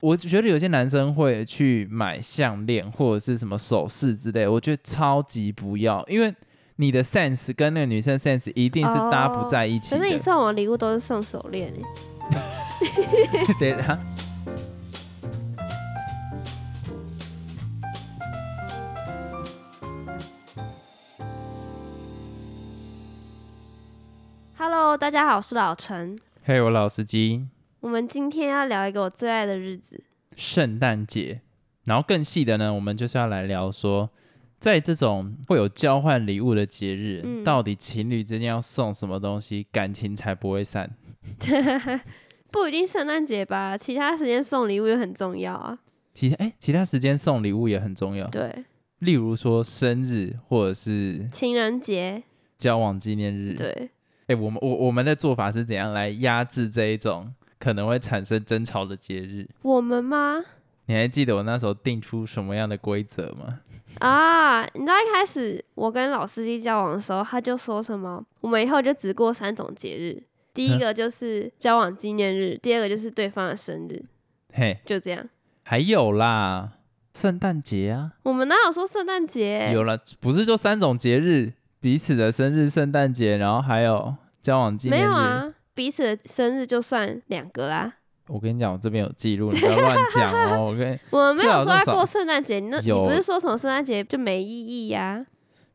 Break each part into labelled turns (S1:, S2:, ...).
S1: 我觉得有些男生会去买项链或者是什么首饰之类，我觉得超级不要，因为你的 sense 跟那个女生 sense 一定是搭不在一起
S2: 哦可
S1: 的。
S2: 是你送我礼物都是送手链欸耶，
S1: 对啊。
S2: Hello，大家好，我是老陈。
S1: 嘿、我老司机，
S2: 我们今天要聊一个我最爱的日子，
S1: 圣诞节，然后更细的呢，我们就是要来聊说，在这种会有交换礼物的节日，
S2: 嗯
S1: 到底情侣之间要送什么东西，感情才不会散？
S2: 不一定圣诞节吧，其他时间送礼物也很重要啊。
S1: 其他哎、其他时间送礼物也很重要，
S2: 对，
S1: 例如说生日或者是
S2: 情人节，
S1: 交往纪念日。
S2: 对，
S1: 哎、我们我我们的做法是怎样来压制这一种可能会产生争吵的节日？
S2: 我们吗？
S1: 你还记得我那时候定出什么样的规则吗？
S2: 啊，你知道一开始我跟老司机交往的时候，他就说什么，我们以后就只过三种节日，第一
S1: 嗯
S2: 个就是交往纪念日，第二个就是对方的生日，
S1: 嘿，
S2: 就这样。
S1: 还有啦，圣诞节啊，
S2: 我们哪有说圣诞节？
S1: 有了，不是就三种节日，彼此的生日、圣诞节，然后还有交往纪
S2: 没
S1: 念日。
S2: 有啊，彼此的生日就算两个啦。
S1: 我跟你讲，我这边有记录，你不要乱讲哦。我跟
S2: 我们没
S1: 最
S2: 有
S1: 好
S2: 说要
S1: 弄少
S2: 过圣诞节，你那你
S1: 有
S2: 不是说什么圣诞节就没意义呀、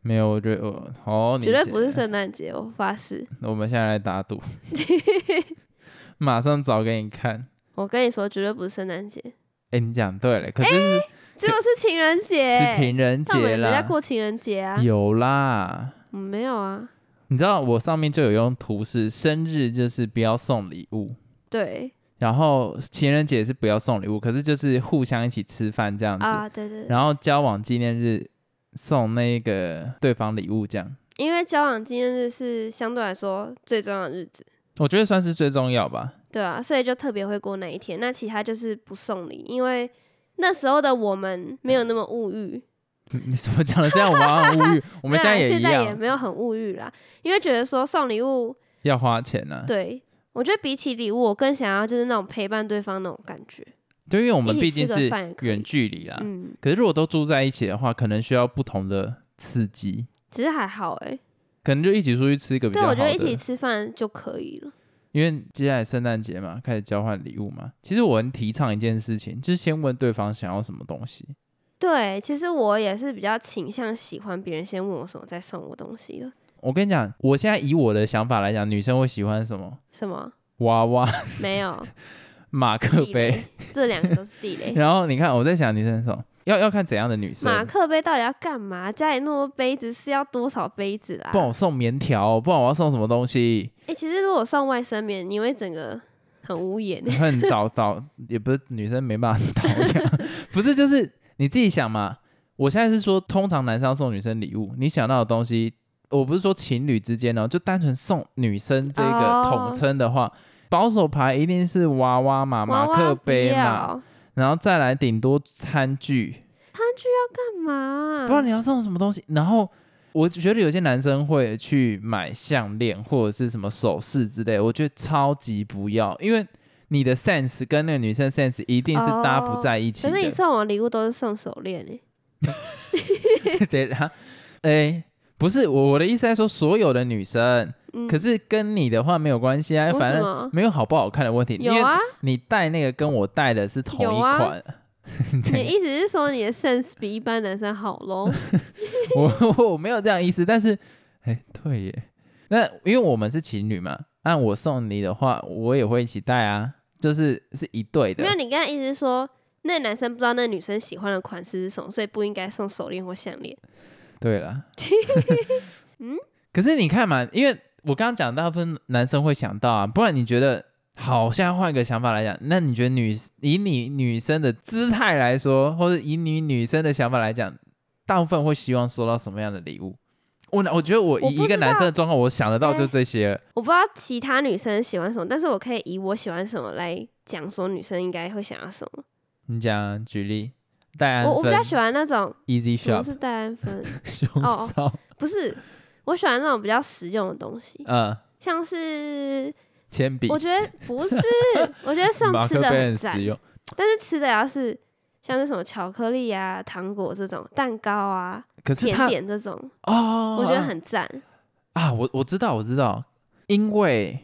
S1: 没有，我觉得我哦，你
S2: 绝对
S1: 写
S2: 不是圣诞节，我发誓。
S1: 我们现在来打 赌，马上找给你看。
S2: 我跟你说，绝对不是圣诞节，
S1: 哎、你讲对了，可是是
S2: 结果是情人节。欸
S1: 是情人
S2: 哎那我们
S1: 节
S2: 也没在
S1: 啦，
S2: 过情人节啊？
S1: 有啦。
S2: 我们没有啊。
S1: 你知道我上面就有用图示，生日就是不要送礼物，
S2: 对
S1: 然后情人节是不要送礼物，可是就是互相一起吃饭这样子，
S2: 啊，对对对，
S1: 然后交往纪念日送那个对方礼物这样，
S2: 因为交往纪念日是相对来说最重要的日子，
S1: 我觉得算是最重要吧。
S2: 对啊，所以就特别会过那一天。那其他就是不送礼，因为那时候的我们没有那么物欲，
S1: 嗯你怎么讲的？现在我们好像很物欲，我们
S2: 对啊
S1: 现在也
S2: 现
S1: 一
S2: 在也
S1: 样
S2: 没有很物欲啦，因为觉得说送礼物
S1: 要花钱呢、啊。
S2: 对，我觉得比起礼物，我更想要就是那种陪伴对方那种感觉。
S1: 对，啊因为我们
S2: 一起
S1: 毕竟
S2: 吃个
S1: 是
S2: 饭也可以
S1: 远距离啦，
S2: 嗯，
S1: 可是如果都住在一起的话，可能需要不同的刺激，
S2: 其实还好哎、
S1: 可能就一起出去吃一个比较
S2: 对
S1: 好
S2: 我
S1: 的。
S2: 觉得一起吃饭就可以了。
S1: 因为接下来圣诞节嘛，开始交换礼物嘛。其实我很提倡一件事情，就是先问对方想要什么东西。
S2: 对，其实我也是比较倾向喜欢别人先问我什么，再送我东西的。
S1: 我跟你讲，我现在以我的想法来讲，女生会喜欢什么？
S2: 什么？
S1: 娃娃、
S2: 没有
S1: 马克
S2: 地
S1: 杯
S2: 雷。，这两个都是地 雷。
S1: 然后你看，我在想女生是什么，要要看怎样的女
S2: 马
S1: 生。
S2: 克杯到底要干嘛？家里那么多杯子是要多少杯子啦
S1: 不？然我送棉条，不然我要送什么东西？
S2: 哎、其实如果送外生棉，你会整个很无言。欸
S1: 很倒倒，也不是女生没办法倒呀， 不是就是你自己想嘛。我现在是说，通常男生要送女生礼物，你想到的东西，我不是说情侣之间哦，就单纯送女生这个
S2: 哦
S1: 统称的话，保守牌一定是娃娃嘛、
S2: 娃
S1: 马
S2: 娃
S1: 克
S2: 不
S1: 杯嘛，
S2: 要
S1: 然后再来顶多餐具，
S2: 干嘛？
S1: 不然你要送什么东西？然后我觉得有些男生会去买项链或者是什么首饰之类，我觉得超级不要，因为你的 sense 跟那个女生 sense 一定是搭不在一起
S2: 可
S1: 的。
S2: 是你送我礼物都是送手链哎、
S1: 对啊，哎、不是我我的意思在说所有的女生，
S2: 嗯，
S1: 可是跟你的话没有关系啊，
S2: 为
S1: 反
S2: 什
S1: 正
S2: 么
S1: 没有好不好看的问题，因
S2: 有
S1: 为
S2: 啊，
S1: 你戴那个跟我戴的是同一
S2: 有啊
S1: 款。
S2: 你的意思是说你的 sense 比一般男生好喽？
S1: 我我 没有这样意思，但是，哎、对耶。那因为我们是情侣嘛，按我送你的话，我也会一起带啊，就是是一 对啊的
S2: 没有，。你刚才意思是说那男生不知道那女生喜欢的款式是什么，所以不应该送手链或项链。
S1: 对了，
S2: 嗯，
S1: 可是你看嘛，因为我刚刚讲大部分男生会想到啊，不然你觉得好？现在换一个想法来讲，那你觉得女以你女生的姿态来说，或者以你女生的想法来讲，大部分会希望收到什么样的礼物？我我觉得我
S2: 我
S1: 以
S2: 不
S1: 一个
S2: 知
S1: 男
S2: 道
S1: 生的状况，我想得到就
S2: 哎
S1: 这些了。
S2: 我不知道其他女生喜欢什么，但是我可以以我喜欢什么来讲说女生应该会想要什么。
S1: 你讲举例，戴安
S2: 我我比较
S1: 芬
S2: 喜欢那种
S1: Easy
S2: 什么
S1: Shop
S2: 是戴安芬，
S1: 胸
S2: 哦
S1: 罩，
S2: 不是，我喜欢那种比较实用的东西，
S1: 嗯，
S2: 像是
S1: 铅笔
S2: 我，觉得不是，我觉得送
S1: 马
S2: 吃
S1: 克
S2: 的
S1: 杯
S2: 很
S1: 很
S2: 赞
S1: 实，用。
S2: 但是吃的要是像是什么巧克力啊、糖果这种、蛋糕啊、
S1: 可是
S2: 甜
S1: 他
S2: 点这种，
S1: 哦，
S2: 我觉得很赞，
S1: 啊，我我知道我知道，因为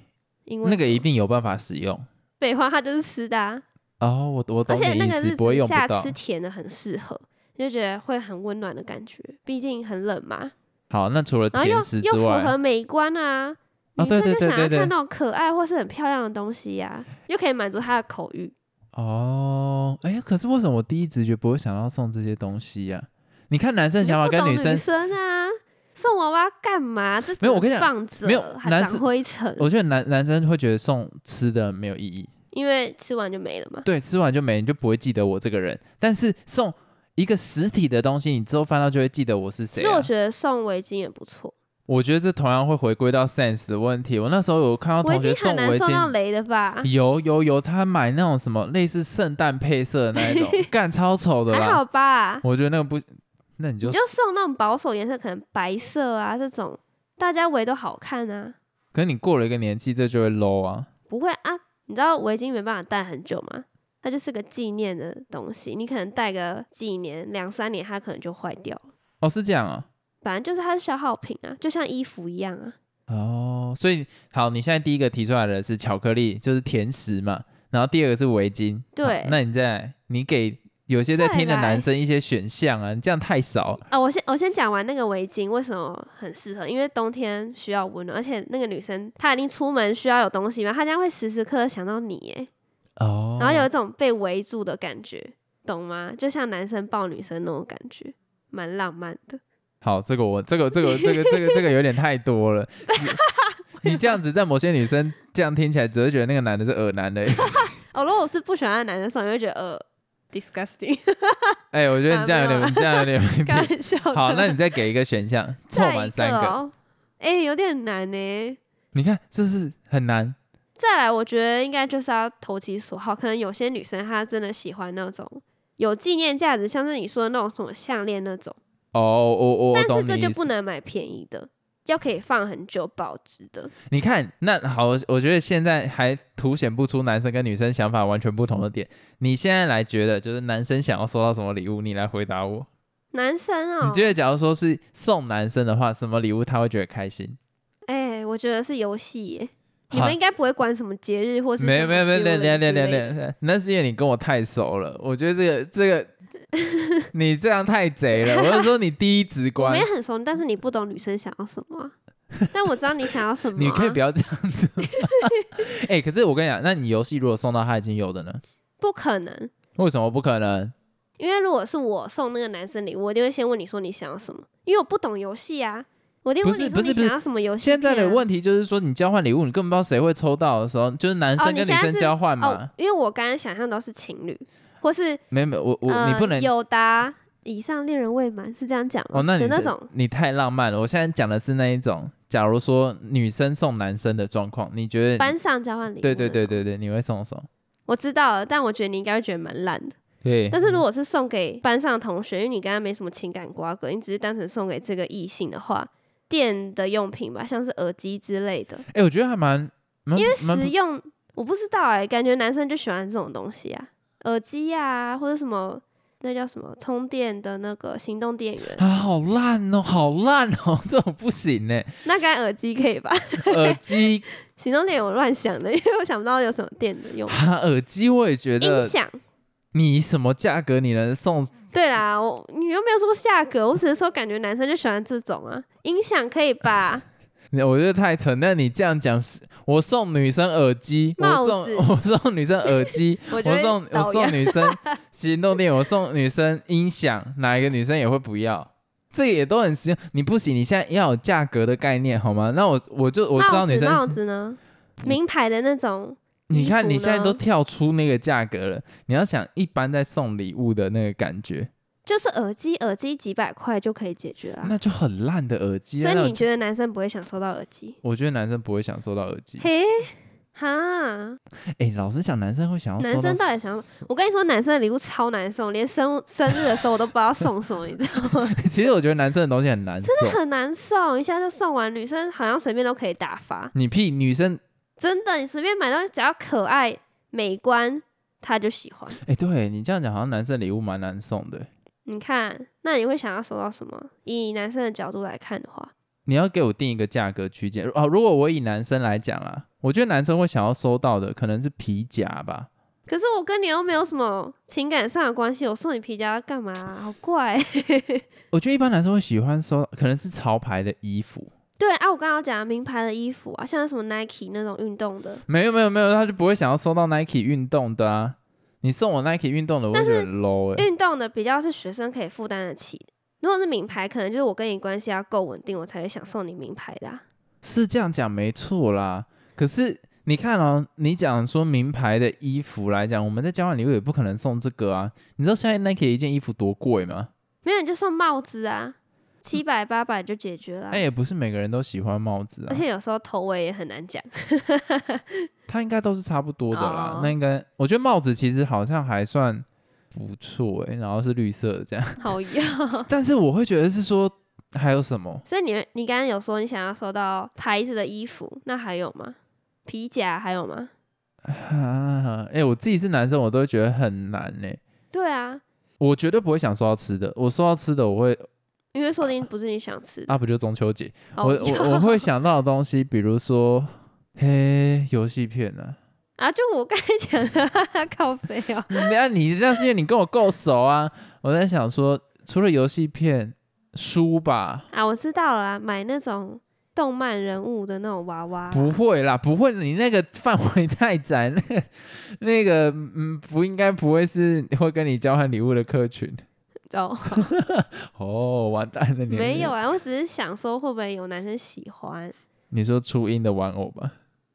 S2: 因为
S1: 那个
S2: 什么
S1: 一定有办法使用。
S2: 废话，它就是吃的、啊，
S1: 哦，我我
S2: 而
S1: 懂
S2: 且
S1: 你
S2: 那
S1: 意
S2: 个
S1: 思，
S2: 日
S1: 不会
S2: 子
S1: 用
S2: 下
S1: 不到
S2: 吃。甜的很适合，就觉得会很温暖的感觉，毕竟很冷嘛，
S1: 好，那除了
S2: 然后又
S1: 甜食
S2: 又
S1: 之
S2: 符
S1: 外，
S2: 合美观啊。
S1: 啊
S2: 女
S1: 对
S2: 生
S1: 对
S2: 就
S1: 对
S2: 想
S1: 对
S2: 要
S1: 对
S2: 看那种可爱或是很漂亮的东西呀、又可以满足她的口欲。
S1: 哦，哎、可是为什么我第一直觉不会想到送这些东西呀、你看男生
S2: 你就
S1: 想法
S2: 不
S1: 跟
S2: 懂
S1: 女
S2: 女
S1: 生，
S2: 啊，送娃娃干嘛？这
S1: 没有我跟你
S2: 只能
S1: 讲
S2: 放着
S1: 没有
S2: 还
S1: 男
S2: 长
S1: 生
S2: 灰尘，
S1: 我觉得男男生会觉得送吃的没有意义，
S2: 因为吃完就没了 嘛。
S1: 对，吃完就没，你就不会记得我这个人。但是送一个实体的东西，你之后翻到就会记得我是
S2: 其
S1: 谁、
S2: 实我
S1: 啊。
S2: 觉得送围巾也不错，
S1: 我觉得这同样会回归到 sense 的问题。我那时候有看到
S2: 围
S1: 哦同学
S2: 巾
S1: 送
S2: 很难
S1: 围
S2: 送到
S1: 巾，
S2: 雷的吧？
S1: 有有有，他买那种什么类似圣诞配色的那 一种，干超丑的
S2: 还
S1: 啦。
S2: 好吧？
S1: 我觉得那个不，那你就
S2: 你就送那种保守颜色，可能白色啊这种，大家围都好看啊，
S1: 可是你过了一个年纪，这就会 low 啊。
S2: 不会啊？你知道围巾没办法戴很久吗？它就是个纪念的东西，你可能戴个几年、两三年，它可能就坏掉了。
S1: 哦，是这样啊。
S2: 反正就是它是消耗品啊，就像衣服一样啊。
S1: 哦，所以好，你现在第一个提出来的是巧克力，就是甜食嘛，然后第二个是围巾。
S2: 对
S1: 好那你再来你给有些在
S2: 再
S1: 听的
S2: 来
S1: 男生一些选项啊，你这样太少。
S2: 啊、我先我先讲完那个围巾为什么很适合，因为冬天需要温暖，而且那个女生她一定出门需要有东西嘛，她这样会时时刻刻想到你，哎，
S1: 哦，
S2: 然后有一种被围住的感觉，懂吗？就像男生抱女生那种感觉，蛮浪漫的。
S1: 好，这个我这个这个这个这个这个有点太多 了。你你这样子，在某些女生这样听起来，只会觉得那个男的是耳男的。
S2: 哦，如果我是不喜欢的男生送，你会觉得呃，disgusting，
S1: 哎、我觉得你这样有
S2: 啊没
S1: 点，
S2: 有啊
S1: 你这样有点 没
S2: 开
S1: 品。
S2: 玩笑的。
S1: 好，那你再给一个选项，凑
S2: 再一
S1: 满三个，
S2: 哦，哎、有点难呢。
S1: 你看是不是很难？
S2: 再来，我觉得应该就是要投其所好。可能有些女生她真的喜欢那种有纪念价值，像是你说的那种什么项链那种，
S1: 哦，我我我
S2: 但
S1: 懂
S2: 是
S1: 你
S2: 这就
S1: 意
S2: 不
S1: 思
S2: 能买便宜的，要可以放很久保值的。
S1: 你看，那好，我我觉得现在还凸显不出男生跟女生想法完全不同的点。你现在来觉得，就是男生想要收到什么礼物，你来回答我。
S2: 男生啊、
S1: 你觉得，假如说是送男生的话，什么礼物他会觉得开心？
S2: 哎、我觉得是游戏耶。你
S1: 好
S2: 们应该不会管什么节日或是
S1: 没
S2: 什
S1: 有
S2: 么
S1: 没有没有
S2: feeling
S1: 没有没有没有
S2: 之
S1: 没
S2: 类的
S1: 有没有，那是因为你跟我太熟了。我觉得这个这 个，你这样太贼了。我是说你第一直
S2: 我们
S1: 观
S2: 也，很熟，但是你不懂女生想要什么啊、但我知道你想要什么、啊。
S1: 你可以不要这样子 吗。哎、可是我跟你讲，那你游戏如果送到他已经有的呢？
S2: 不可能，
S1: 为什么不可能？
S2: 因为如果是我送那个男生礼物，我一定会先问你说你想要什么，因为我不懂游戏啊，我一定会问你
S1: 不
S2: 说
S1: 是
S2: 你
S1: 不是
S2: 想要什么游戏、啊。
S1: 现在的问题就是说，你交换礼物，你根本不知道谁会抽到的时候，就是男生
S2: 哦你
S1: 跟女
S2: 现在
S1: 生
S2: 是
S1: 交换嘛。
S2: 哦，因为我刚刚想象都是情侣，或是
S1: 没有没有，我我、
S2: 呃
S1: 你不能
S2: 有答以上恋人未满是这样讲吗
S1: 哦，那
S2: 的
S1: 你
S2: 那种
S1: 你太浪漫了。我现在讲的是那一种，假如说女生送男生的状况，你觉得你？
S2: 班上交换礼物，
S1: 对对对，对对，你会送什么？
S2: 我知道了，但我觉得你应该会觉得蛮烂的。
S1: 对，
S2: 但是如果是送给班上的同学，因为你跟他没什么情感瓜葛，你只是单纯送给这个异性的话，电的用品吧，像是耳机之类的，
S1: 哎、我觉得还蛮蛮
S2: 因为
S1: 蛮
S2: 实用，我不知道哎、感觉男生就喜欢这种东西啊，耳机啊，或者什么那叫什么充电的那个行动电源，
S1: 啊，好烂哦， 好烂哦，这种不行呢。
S2: 那该耳机可以吧？
S1: 耳机
S2: 行动电源我乱想的，因为我想不到有什么电的用品。
S1: 啊，耳机我也觉
S2: 音
S1: 得
S2: 响，
S1: 你什么价格你能送
S2: 对啦，我你又没有说价格，我只是说感觉男生就喜欢这种啊，音响可以吧？
S1: 我觉得太扯。那你这样讲是，我送女生耳机，我
S2: 帽
S1: 送
S2: 子
S1: 我送女生耳机，
S2: 我觉
S1: 我
S2: 得
S1: 送我送女生 行动电源，我送女生音响，哪一个女生也会不要？这也都很实用。你不行，你现在要有价格的概念好吗？那我我就我知道
S2: 帽
S1: 女
S2: 子
S1: 生
S2: 帽
S1: 是，
S2: 子呢？名牌的那种，
S1: 你看
S2: 衣服
S1: 你现在
S2: 呢
S1: 都跳出那个价格了，你要想一般在送礼物的那个感觉，
S2: 就是耳机，耳机几百块就可以解决啊。
S1: 那就很烂的耳机。
S2: 所以
S1: 那
S2: 你觉得男生不会想收到耳机？
S1: 我觉得男生不会想收到耳机。
S2: 嘿，哈，
S1: 哎，老实讲，男生会想要
S2: 男
S1: 收
S2: 生到底想要我跟你说，男生的礼物超难送，连生 生日的时候我都不知道送什么，你知 道
S1: 其实我觉得男生的东西很难送，
S2: 吗很难送，一下就送完。女生好像随便都可以打发，
S1: 你屁女生
S2: 真的，你随便买到只要可爱、美观，他就喜欢。
S1: 哎、对你这样讲，好像男生礼物蛮难送的。
S2: 你看，那你会想要收到什么？以男生的角度来看的话，
S1: 你要给我定一个价格区间哦。如果我以男生来讲啦，我觉得男生会想要收到的可能是皮夹吧。
S2: 可是我跟你又没有什么情感上的关系，我送你皮夹干嘛、啊好怪、
S1: 我觉得一般男生会喜欢收，可能是潮牌的衣服。
S2: 对啊，我刚刚有讲名牌的衣服啊，像什么 Nike 那种运动的，
S1: 没有没有没有，他就不会想要收到 Nike 运动的啊。你送我 Nike 运动的，我会
S2: 但
S1: 觉
S2: 是
S1: 得很 low 哎、
S2: 运动的比较是学生可以负担得起的。如果是名牌，可能就是我跟你关系要够稳定，我才会想送你名牌的、啊。
S1: 是这样讲没错啦。可是你看哦，你讲说名牌的衣服来讲，我们在交换礼物也不可能送这个啊。你知道现在 Nike 一件衣服多贵吗？
S2: 没有你就送帽子啊，七百八百就解决了啊、
S1: 那、也不是每个人都喜欢帽子啊
S2: 而。且有时候头围也很难讲。
S1: 它应该都是差不多的啦。
S2: 哦
S1: 那应该，我觉得帽子其实好像还算不错诶、然后是绿色的 这样。
S2: 好用。
S1: 但是我会觉得是说还有什么？
S2: 所以你们，你刚刚有说你想要收到牌子的衣服，那还有吗？皮夹还有吗？
S1: 啊，诶、我自己是男生，我都会觉得很难诶、
S2: 对啊，
S1: 我绝对不会想收到吃的，我收到吃的我会
S2: 因为说不定不是你想吃的。
S1: 啊，不就中秋节？
S2: 哦
S1: 我我我会想到的东西，比如说，嘿，游戏片啊。
S2: 啊，就我刚才讲的 靠背哦。
S1: 那你那是因为你跟我够熟啊。我在想说，除了游戏片，书吧，
S2: 啊，我知道了啦，买那种动漫人物的那种娃娃。
S1: 不会啦，不会，你那个范围太窄， 那个那个嗯，不应该不会是会跟你交换礼物的客群
S2: 哦，
S1: 哦，完蛋了，你
S2: 没有，啊，我只是想说会不会有男生喜欢
S1: 你说初音的玩偶吧？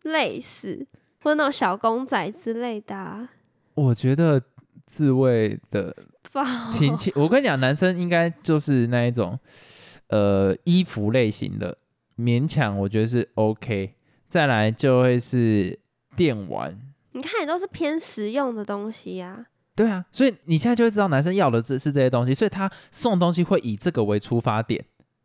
S2: 类似，或者那种小公仔之类的、啊。
S1: 我觉得自慰 的
S2: 抱
S1: 亲戚，我跟你讲，男生应该就是那一种呃衣服类型的，勉强我觉得是 OK，再来就会是电玩。
S2: 你看，你都是偏实用的东西呀、
S1: 对啊，所以你现在就会知道男生要的是是这些东西，所以他送东西会以这个为出发点，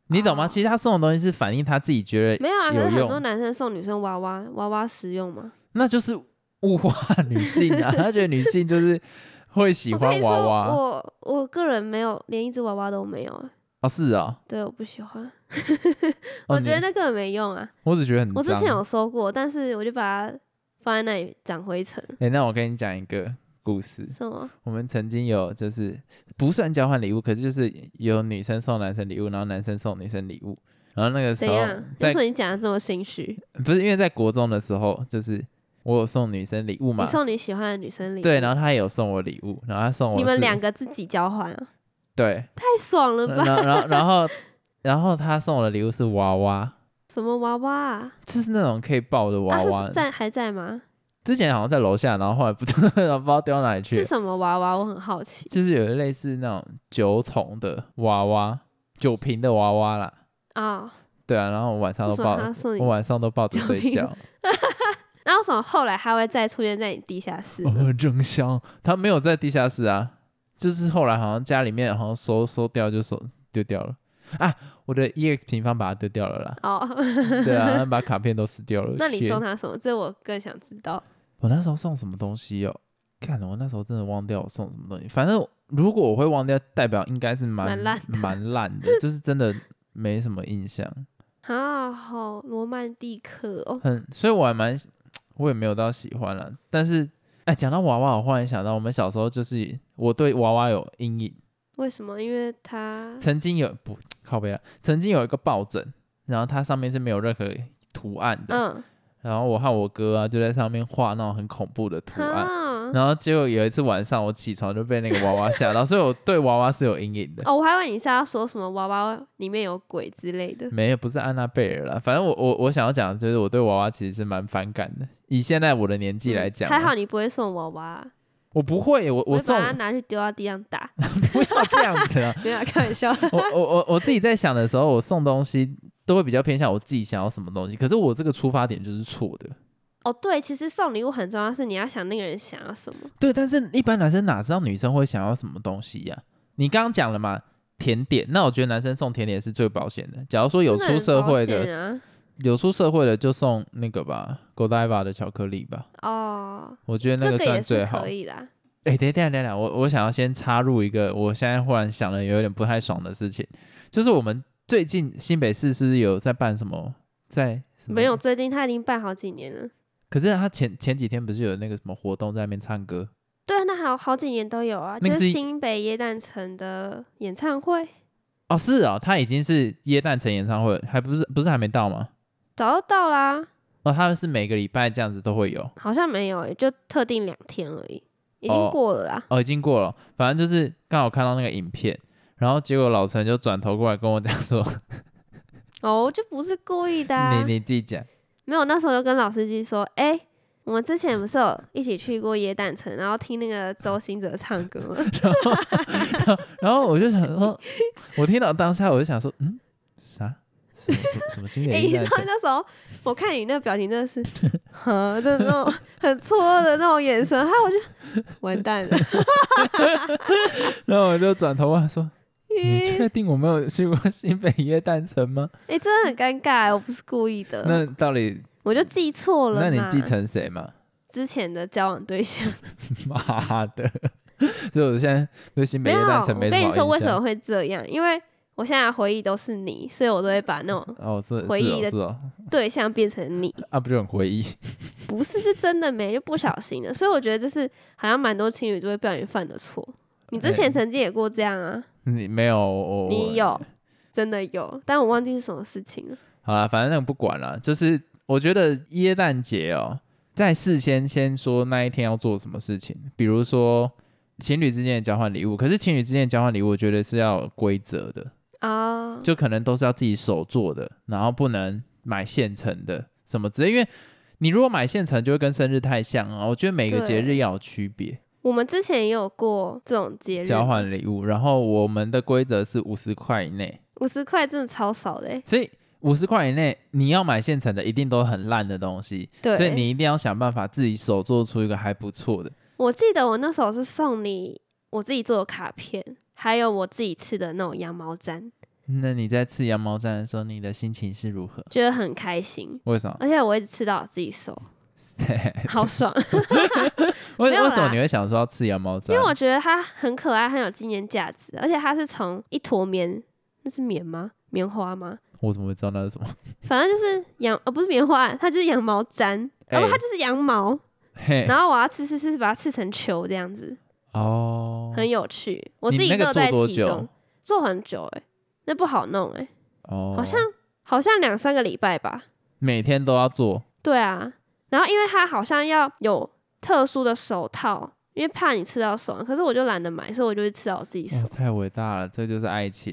S1: 你懂吗？
S2: 哦
S1: 其实他送的东西是反映他自己觉得，
S2: 没有啊，可
S1: 有
S2: 是很
S1: 用
S2: 多男生送女生娃娃，娃娃实用吗？
S1: 那就是物化 女性啊，他觉得女性就是会喜
S2: 我跟
S1: 欢
S2: 你
S1: 娃
S2: 说，
S1: 娃
S2: 我我个人没有，连一只娃娃都没有啊。
S1: 哦，是啊，
S2: 对，我不喜欢，
S1: 哦
S2: 我觉得
S1: 你
S2: 那根本没用啊。
S1: 我只觉得很脏。
S2: 我之前有收过，但是我就把它放在那里长灰尘。
S1: 哎、那我跟你讲一个故事，
S2: 什么？
S1: 我们曾经有就是不算交换礼物，可是就是有女生送男生礼物，然后男生送女生礼物，然后那个时
S2: 怎
S1: 候
S2: 样？
S1: 在
S2: 为什么你讲的这么心虚？
S1: 不是因为在国中的时候，就是我有送女生礼物嘛
S2: 你，送你喜欢的女生礼物，
S1: 对，然后他也有送我礼物，然后他送我
S2: 你们
S1: 是嗯
S2: 两个自己交换啊，
S1: 对，
S2: 太爽了
S1: 然
S2: 吧？
S1: 后然后 然后然后他送我的礼物是娃娃，
S2: 什么娃娃啊？
S1: 就是那种可以抱的娃
S2: 啊，
S1: 娃。
S2: 是在还在吗？
S1: 之前好像在楼下，然后后来不知道 不知道丢到哪里去
S2: 是
S1: 了，
S2: 什么娃娃？我很好奇。
S1: 就是有类似那种酒桶的娃娃，酒瓶的娃娃啦，
S2: 啊、
S1: 对啊，然后我晚上
S2: 为
S1: 都
S2: 什么
S1: 抱，
S2: 他送你
S1: 我？晚上都抱着
S2: 酒
S1: 睡
S2: 瓶
S1: 觉，
S2: 那为什么后来还会再出现在你地下室呢？
S1: 呃，真香。他没有在地下室啊，就是后来好像家里面好像收收掉就收丢掉了啊，我的 EX 平方把它丢掉了啦。
S2: 哦，
S1: 对啊，把卡片都撕掉了。
S2: 那你
S1: 谢
S2: 送他什么？这我更想知道。
S1: 我那时候送什么东西哦？看我那时候真的忘掉我送什么东西。反正如果我会忘掉，代表应该是蛮
S2: 蛮烂的
S1: 蛮烂的，就是真的没什么印象。
S2: 啊，好罗曼蒂克哦，
S1: 很，所以我还蛮，我也没有到喜欢了。但是，哎，讲到娃娃，我忽然想到，我们小时候就是我对娃娃有阴影，
S2: 为什么？因为他
S1: 曾经有不靠背啊，曾经有一个抱枕，然后它上面是没有任何图案的，
S2: 嗯
S1: 然后我和我哥啊就在上面画那种很恐怖的图案。
S2: 啊
S1: 然后结果有一次晚上我起床就被那个娃娃吓到，所以我对娃娃是有阴影的。
S2: 哦，我还以为你是要说什么娃娃里面有鬼之类的。
S1: 没有，不是安娜贝尔啦。反正我我我想要讲，的就是我对娃娃其实是蛮反感的。以现在我的年纪来讲啊，
S2: 还好你不会送娃娃，
S1: 我不会，我
S2: 我
S1: 我
S2: 会
S1: 送
S2: 把它拿去丢到地上打，
S1: 不要这样子啊！
S2: 没有开玩笑。
S1: 我我我我自己在想的时候，我送东西都会比较偏向我自己想要什么东西，可是我这个出发点就是错的。
S2: 哦，对，其实送礼物很重要，是你要想那个人想要什么。
S1: 对，但是一般男生哪知道女生会想要什么东西呀、啊你刚刚讲了嘛，甜点，那我觉得男生送甜点是最保险的。假如说有
S2: 真的
S1: 出
S2: 很
S1: 社
S2: 保
S1: 会的，
S2: 险啊，
S1: 有出社会的就送那个吧，Godiva 的巧克力吧，
S2: 哦，
S1: 我觉得那
S2: 这
S1: 个
S2: 个
S1: 算
S2: 也
S1: 最
S2: 是
S1: 好
S2: 可。以啦。
S1: 哎、等一下，等一下，我我想要先插入一个，我现在忽然想了有点不太爽的事情，就是我们最近新北市是不是有在办什么，在什么
S2: 没有，？最近他已经办好几年了。
S1: 可是他前前几天不是有那个什么活动在那边唱歌？
S2: 对啊，那还有好几年都有啊，
S1: 那
S2: 就
S1: 个
S2: 是
S1: 是
S2: 新北耶诞城的演唱会，
S1: 哦，是哦，他已经是耶诞城演唱会，还不是不是还没到吗？
S2: 早就到啦，
S1: 哦，他们是每个礼拜这样子都会有。
S2: 好像没有、欸，就特定两天而已，已经
S1: 哦
S2: 过了啦。
S1: 哦，已经过了，反正就是刚好看到那个影片，然后结果老陈就转头过来跟我讲说，
S2: 哦，就不是故意的、啊。
S1: 你你自己讲，
S2: 没有，那时候就跟老司机说，哎、我们之前不是有一起去过椰蛋城，然后听那个周兴哲唱歌吗？
S1: 然后我就想说，我听到当下我就想说，嗯，啥？什么什么什么新
S2: 哎、
S1: 演
S2: 你
S1: 艺
S2: 知
S1: 诞
S2: 道
S1: 生？
S2: 那时候我看你那个表情真的是，呵的那种很错愕的那种眼神，还有我就完蛋了。
S1: 然后我就转头问说，你
S2: 咦
S1: 确定我 没有去过新北耶诞城吗？
S2: 哎、真的很尴尬，我不是故意的，
S1: 那到底
S2: 呃我就记错了嘛。
S1: 那你继承谁嘛？
S2: 之前的交往对象？
S1: 妈的！所以我现在对新北
S2: 没
S1: 耶
S2: 有，
S1: 诞
S2: 我
S1: 城没
S2: 跟
S1: 什么
S2: 你说
S1: 印
S2: 为什
S1: 象
S2: 么会这样，因为我现在的回忆都是你，所以我都会把那种
S1: 哦，是
S2: 回忆的
S1: 是哦是哦，
S2: 对象变成你，
S1: 啊，不就很回忆？
S2: 不是就真的没，就不小心的。所以我觉得这是好像蛮多情侣都会不小心犯的错。你之前
S1: 哎
S2: 曾经也过这样啊？
S1: 你没有我，我
S2: 你有，真的有，但我忘记是什么事情了。
S1: 好啦，反正那个不管了。就是我觉得耶诞节哦，在事先先说那一天要做什么事情，比如说情侣之间的交换礼物。可是情侣之间的交换礼物，我觉得是要有规则的，
S2: 啊、
S1: 就可能都是要自己手做的，然后不能买现成的什么之类。因为你如果买现成，就会跟生日太像啊。我觉得每个节日
S2: 对
S1: 要有区别
S2: 我们之前也有过这种节日
S1: 交换礼物，然后我们的规则是五十块以内，
S2: 五十块，真的超少的欸、
S1: 所以。五十块以内，你要买现成的，一定都很烂的东西。
S2: 对，
S1: 所以你一定要想办法自己手做出一个还不错的。
S2: 我记得我那时候是送你我自己做的卡片，还有我自己刺的那种羊毛毡，
S1: 那你在吃羊毛毡的时候，你的心情是如何？
S2: 觉得很开心。
S1: 为 什么？
S2: 而且我一直吃到我自己手，好爽，
S1: 为
S2: 没有啦
S1: 为什么你会想说要吃羊毛毡？
S2: 因为我觉得它很可爱，很有纪念价值，而且它是从一坨棉，那是棉吗？棉花吗？
S1: 我怎么会知道那是什么？
S2: 反正就是羊，呃，不是棉花，它就是羊毛毡，
S1: 哎
S2: 要不它就是羊毛，
S1: 嘿，
S2: 然后我要刺刺刺，把它刺成球这样子，
S1: 哦，
S2: 很有趣。我
S1: 你
S2: 自己
S1: 那个
S2: 乐在
S1: 做多
S2: 其
S1: 久
S2: 中，做很久哎、那不好弄哎、
S1: 哦，
S2: 好像好像两三个礼拜吧。
S1: 每天都要做，
S2: 对啊，然后因为它好像要有特殊的手套，因为怕你吃到手，可是我就懒得买，所以我就会吃到我自己
S1: 哇
S2: 手。
S1: 太伟大了，这就是爱 情。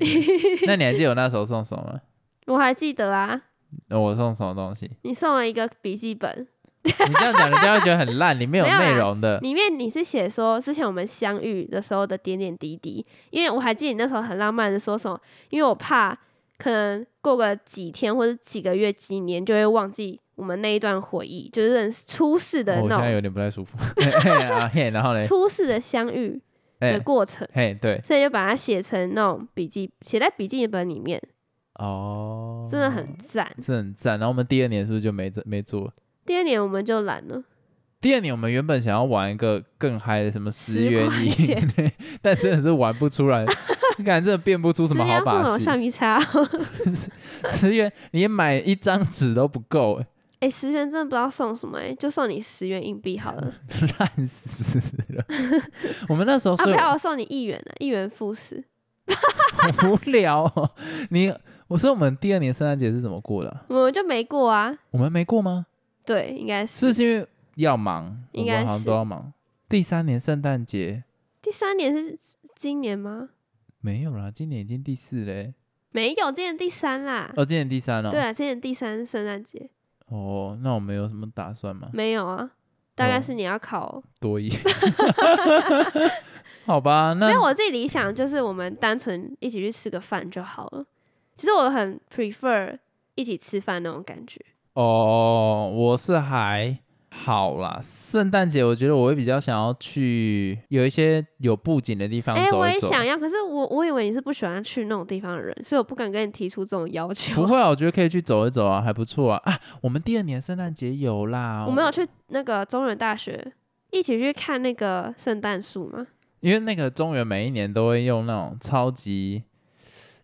S1: 那你还记得我那时候送什么吗？
S2: 我还记得啊，
S1: 呃我送什么东 西？
S2: 你送了一个笔记本，
S1: 你这样讲，人家会觉得很烂，里面有
S2: 没有啦
S1: 内容的。
S2: 里面你是写说之前我们相遇的时候的点点滴滴，因为我还记得你那时候很浪漫的说什么，因为我怕可能过个几天或者几个月、几年就会忘记我们那一段回忆，就是认识初试的
S1: 哦我
S2: 那
S1: 现在
S2: 种
S1: 有点不太舒服。 嘿嘿啊嘿，然后嘞，
S2: 初试的相遇的
S1: 哎
S2: 过程，
S1: 嘿，对，
S2: 所以就把它写成那种笔记，写在笔记本里面，
S1: 哦，
S2: 真的很赞。
S1: 是很赞。然后我们第二年是不是就没这没做？
S2: 第二年我们就懒了，
S1: 第二年我们原本想要玩一个更嗨的什么十
S2: 10
S1: 元
S2: 块
S1: 以
S2: 钱
S1: 内， 但真的是玩不出 来，感觉真的变不出什
S2: 直
S1: 么
S2: 接
S1: 好
S2: 送
S1: 把
S2: 我
S1: 戏
S2: 橡。皮擦。
S1: 十元你买一张纸都不够、欸，
S2: 哎、十元真的不知道送什么、哎，就送你十元硬币好了。
S1: 烂死 了。哦我们那时候是
S2: 啊，不要，我送你一元啊，一元复始。
S1: 好无聊、哦，你我说我们第二年圣诞节是怎么过的啊？
S2: 我们就没过啊。
S1: 我们没过吗？
S2: 对，应该是
S1: 是不是因为要忙，我
S2: 应该
S1: 们好像
S2: 是
S1: 都要忙。第三年圣诞节
S2: 第三年是今年吗？
S1: 没有啦，今年已经第四嘞、欸
S2: 没有，今年第三啦。
S1: 哦，今年第三了、
S2: 嗯对啊，今年第三是圣诞节
S1: 哦，那我们有什么打算吗？
S2: 没有啊，大概
S1: 哦
S2: 是你要考。
S1: 多 一， 好吧，那
S2: 没有，我自己理想就是我们单纯一起去吃个饭就好了。其实我很 prefer 一起吃饭那种感觉。
S1: 哦，我是还好啦，圣诞节我觉得我会比较想要去有一些有布景的地方
S2: 哎、
S1: 走
S2: 我也
S1: 一走。
S2: 想要，可是我我以为你是不喜欢去那种地方的人，所以我不敢跟你提出这种要求。
S1: 不会啊，我觉得可以去走一走啊，还不错啊啊！我们第二年圣诞节有啦，
S2: 我们有去那个中原大学一起去看那个圣诞树吗？
S1: 因为那个中原每一年都会用那种超级，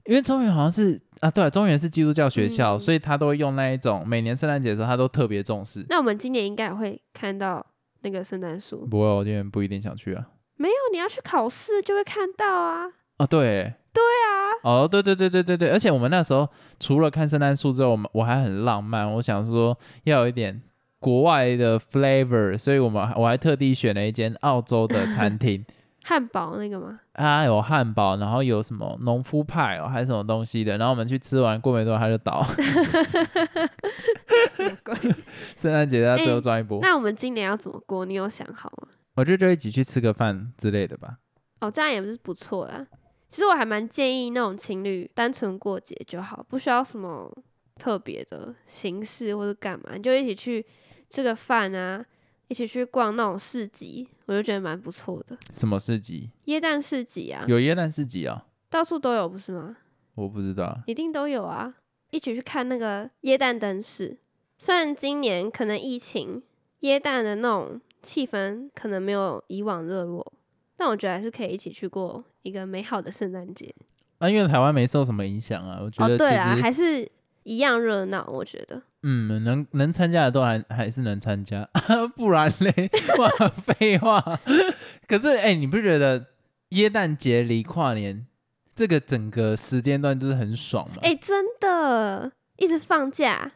S1: 因为中原好像是啊，对啊，中原是基督教学校，
S2: 嗯
S1: 所以他都会用那一种，每年圣诞节的时候他都特别重视。
S2: 那我们今年应该也会看到那个圣诞树。
S1: 不会，我今年不一定想去啊。
S2: 没有，你要去考试就会看到啊。
S1: 哦，对，对啊，哦，对对对对对对，而且我们那时候除了看圣诞树之后，我们我还很浪漫，我想说要有一点国外的 flavor，所以我们我还特地选了一间澳洲的餐 厅，
S2: 汉堡那个吗？
S1: 它有汉堡，然后有什么农夫派哦，还是什么东西的，然后我们去吃完，过没多久它就倒，
S2: 什么鬼
S1: 圣诞节在最后赚一波，
S2: 哎那我们今年要怎么过？你有想好吗？
S1: 我觉得就一起去吃个饭之类的吧。
S2: 哦，这样也不是不错啦。其实我还蛮建议那种情侣单纯过节就好，不需要什么特别的形式或者干嘛，你就一起去吃个饭啊，一起去逛那种市集，我就觉得蛮不错的。
S1: 什么市集？
S2: 椰蛋市集啊，
S1: 有耶诞市集啊、
S2: 到处都有，不是吗？
S1: 我不知道。
S2: 一定都有啊！一起去看那个椰蛋灯饰。虽然今年可能疫情，椰蛋的那种气氛可能没有以往热络，但我觉得还是可以一起去过一个美好的圣诞节。
S1: 啊，因为台湾没受什么影响啊，我觉
S2: 哦，
S1: 得其
S2: 对
S1: 实、
S2: 啦，还是一样热闹，我觉得。
S1: 嗯，能能参加的都还还是能参加， 不然嘞，哇， 废话。可是哎、你不觉得耶诞节离跨年这个整个时间段就是很爽吗？
S2: 哎、真的，一直放假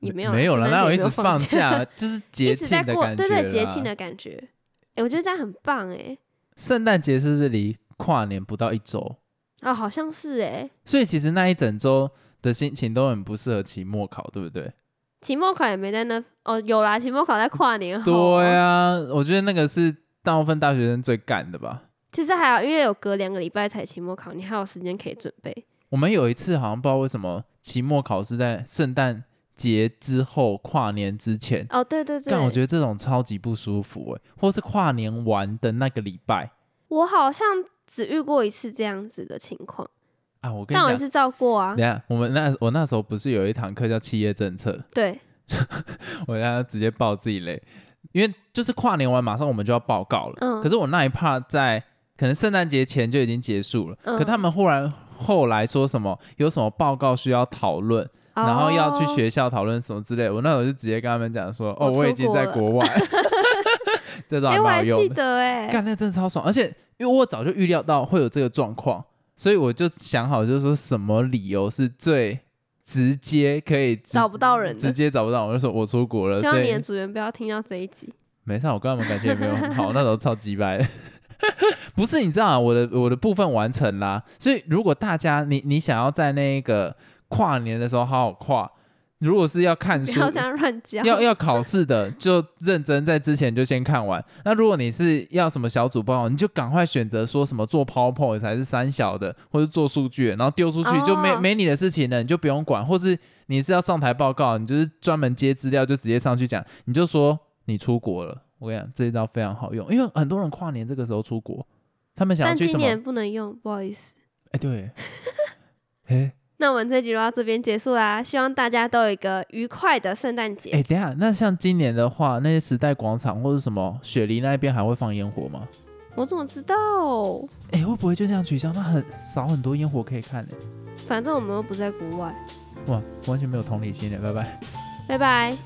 S2: 也没有
S1: 没有
S2: 了，
S1: 了，
S2: 圣诞
S1: 哪有
S2: 节也
S1: 一
S2: 没
S1: 直
S2: 放
S1: 放假，啊就是节
S2: 一直
S1: 庆
S2: 在
S1: 的
S2: 过，
S1: 感觉
S2: 对
S1: 啦。
S2: 对，节庆的感觉。哎、我觉得这样很棒哎、
S1: 圣诞节是不是离跨年不到一周？
S2: 哦，好像是哎、
S1: 所以其实那一整周的心情都很不适合期末考，对不对？
S2: 期末考也没在那哦，有啦，期末考在跨年后。哦
S1: 对啊，我觉得那个是大部分大学生最干的吧。
S2: 其实还好，因为有隔两个礼拜才期末考，你还有时间可以准备。
S1: 我们有一次好像不知道为什么期末考试在圣诞节之后跨年之前，
S2: 哦，对对对，
S1: 但我觉得
S2: 得
S1: 这种超级不舒服哎、或是跨年完的那个礼拜
S2: 我好像只遇过一次这样子的情况，
S1: 啊，我跟你
S2: 但我
S1: 讲
S2: 也，是照过啊
S1: 等一。下我们那我那时候不是有一堂课叫企业政策，
S2: 对，
S1: 我让他直接爆自己雷，因为就是跨年完马上我们就要报告了，
S2: 嗯
S1: 可是我那一趴在可能圣诞节前就已经结束了，
S2: 嗯
S1: 可他们忽然后来说什么有什么报告需要讨论，然后要去
S2: 哦。
S1: 学校讨论什么之类的，我那时候就直接跟他们讲说，哦，
S2: 我出
S1: 我已经
S2: 国
S1: 在
S2: 了
S1: 国外， 这招
S2: 哎、
S1: 还
S2: 我
S1: 蛮好
S2: 还记
S1: 用的。
S2: 得哎、
S1: 干，那真的超爽，而且因为我早就预料到会有这个状况，所以我就想好，就是说什么理由是最直接可以直
S2: 找不到人
S1: 直
S2: 的。
S1: 接找不到，我就说我出国了，
S2: 希
S1: 所
S2: 望你
S1: 以
S2: 的组员不要听到这一集。
S1: 没事啊，我跟他们感情也没有很好， 那时候超级掰的。不是，你知道、啊、我的我的部分完成啦，所以如果大家你你想要在那个跨年的时候好好跨，如果是要看
S2: 不
S1: 书，
S2: 要这样乱讲。
S1: 要要考试的，就认真在之前就先看完。那如果你是要什么小组报告，你就赶快选择说什么做 PowerPoint 才是三小的，或是做数据的，然后丢出去就没、
S2: 哦
S1: 没你的事情了，你就不用管。或是你是要上台报告，你就是专门接资料就直接上去讲，你就说你出国了。我跟你讲，这一招非常好用，因为很多人跨年这个时候出国，他们想要
S2: 但
S1: 去
S2: 今
S1: 什么？
S2: 年不能用，不好意思。
S1: 哎，对， 哎
S2: 那我们这集就到这边结束啦，希望大家都有一个愉快的圣诞节。
S1: 哎，等一下，那像今年的话，那些时代广场或者什么雪梨那边还会放烟火吗？
S2: 我怎么知道？
S1: 哎、会不会就这样取消？那很少很多烟火可以看呢、
S2: 反正我们又不在国外。
S1: 哇，完全没有同理心呢，拜拜。
S2: 拜拜。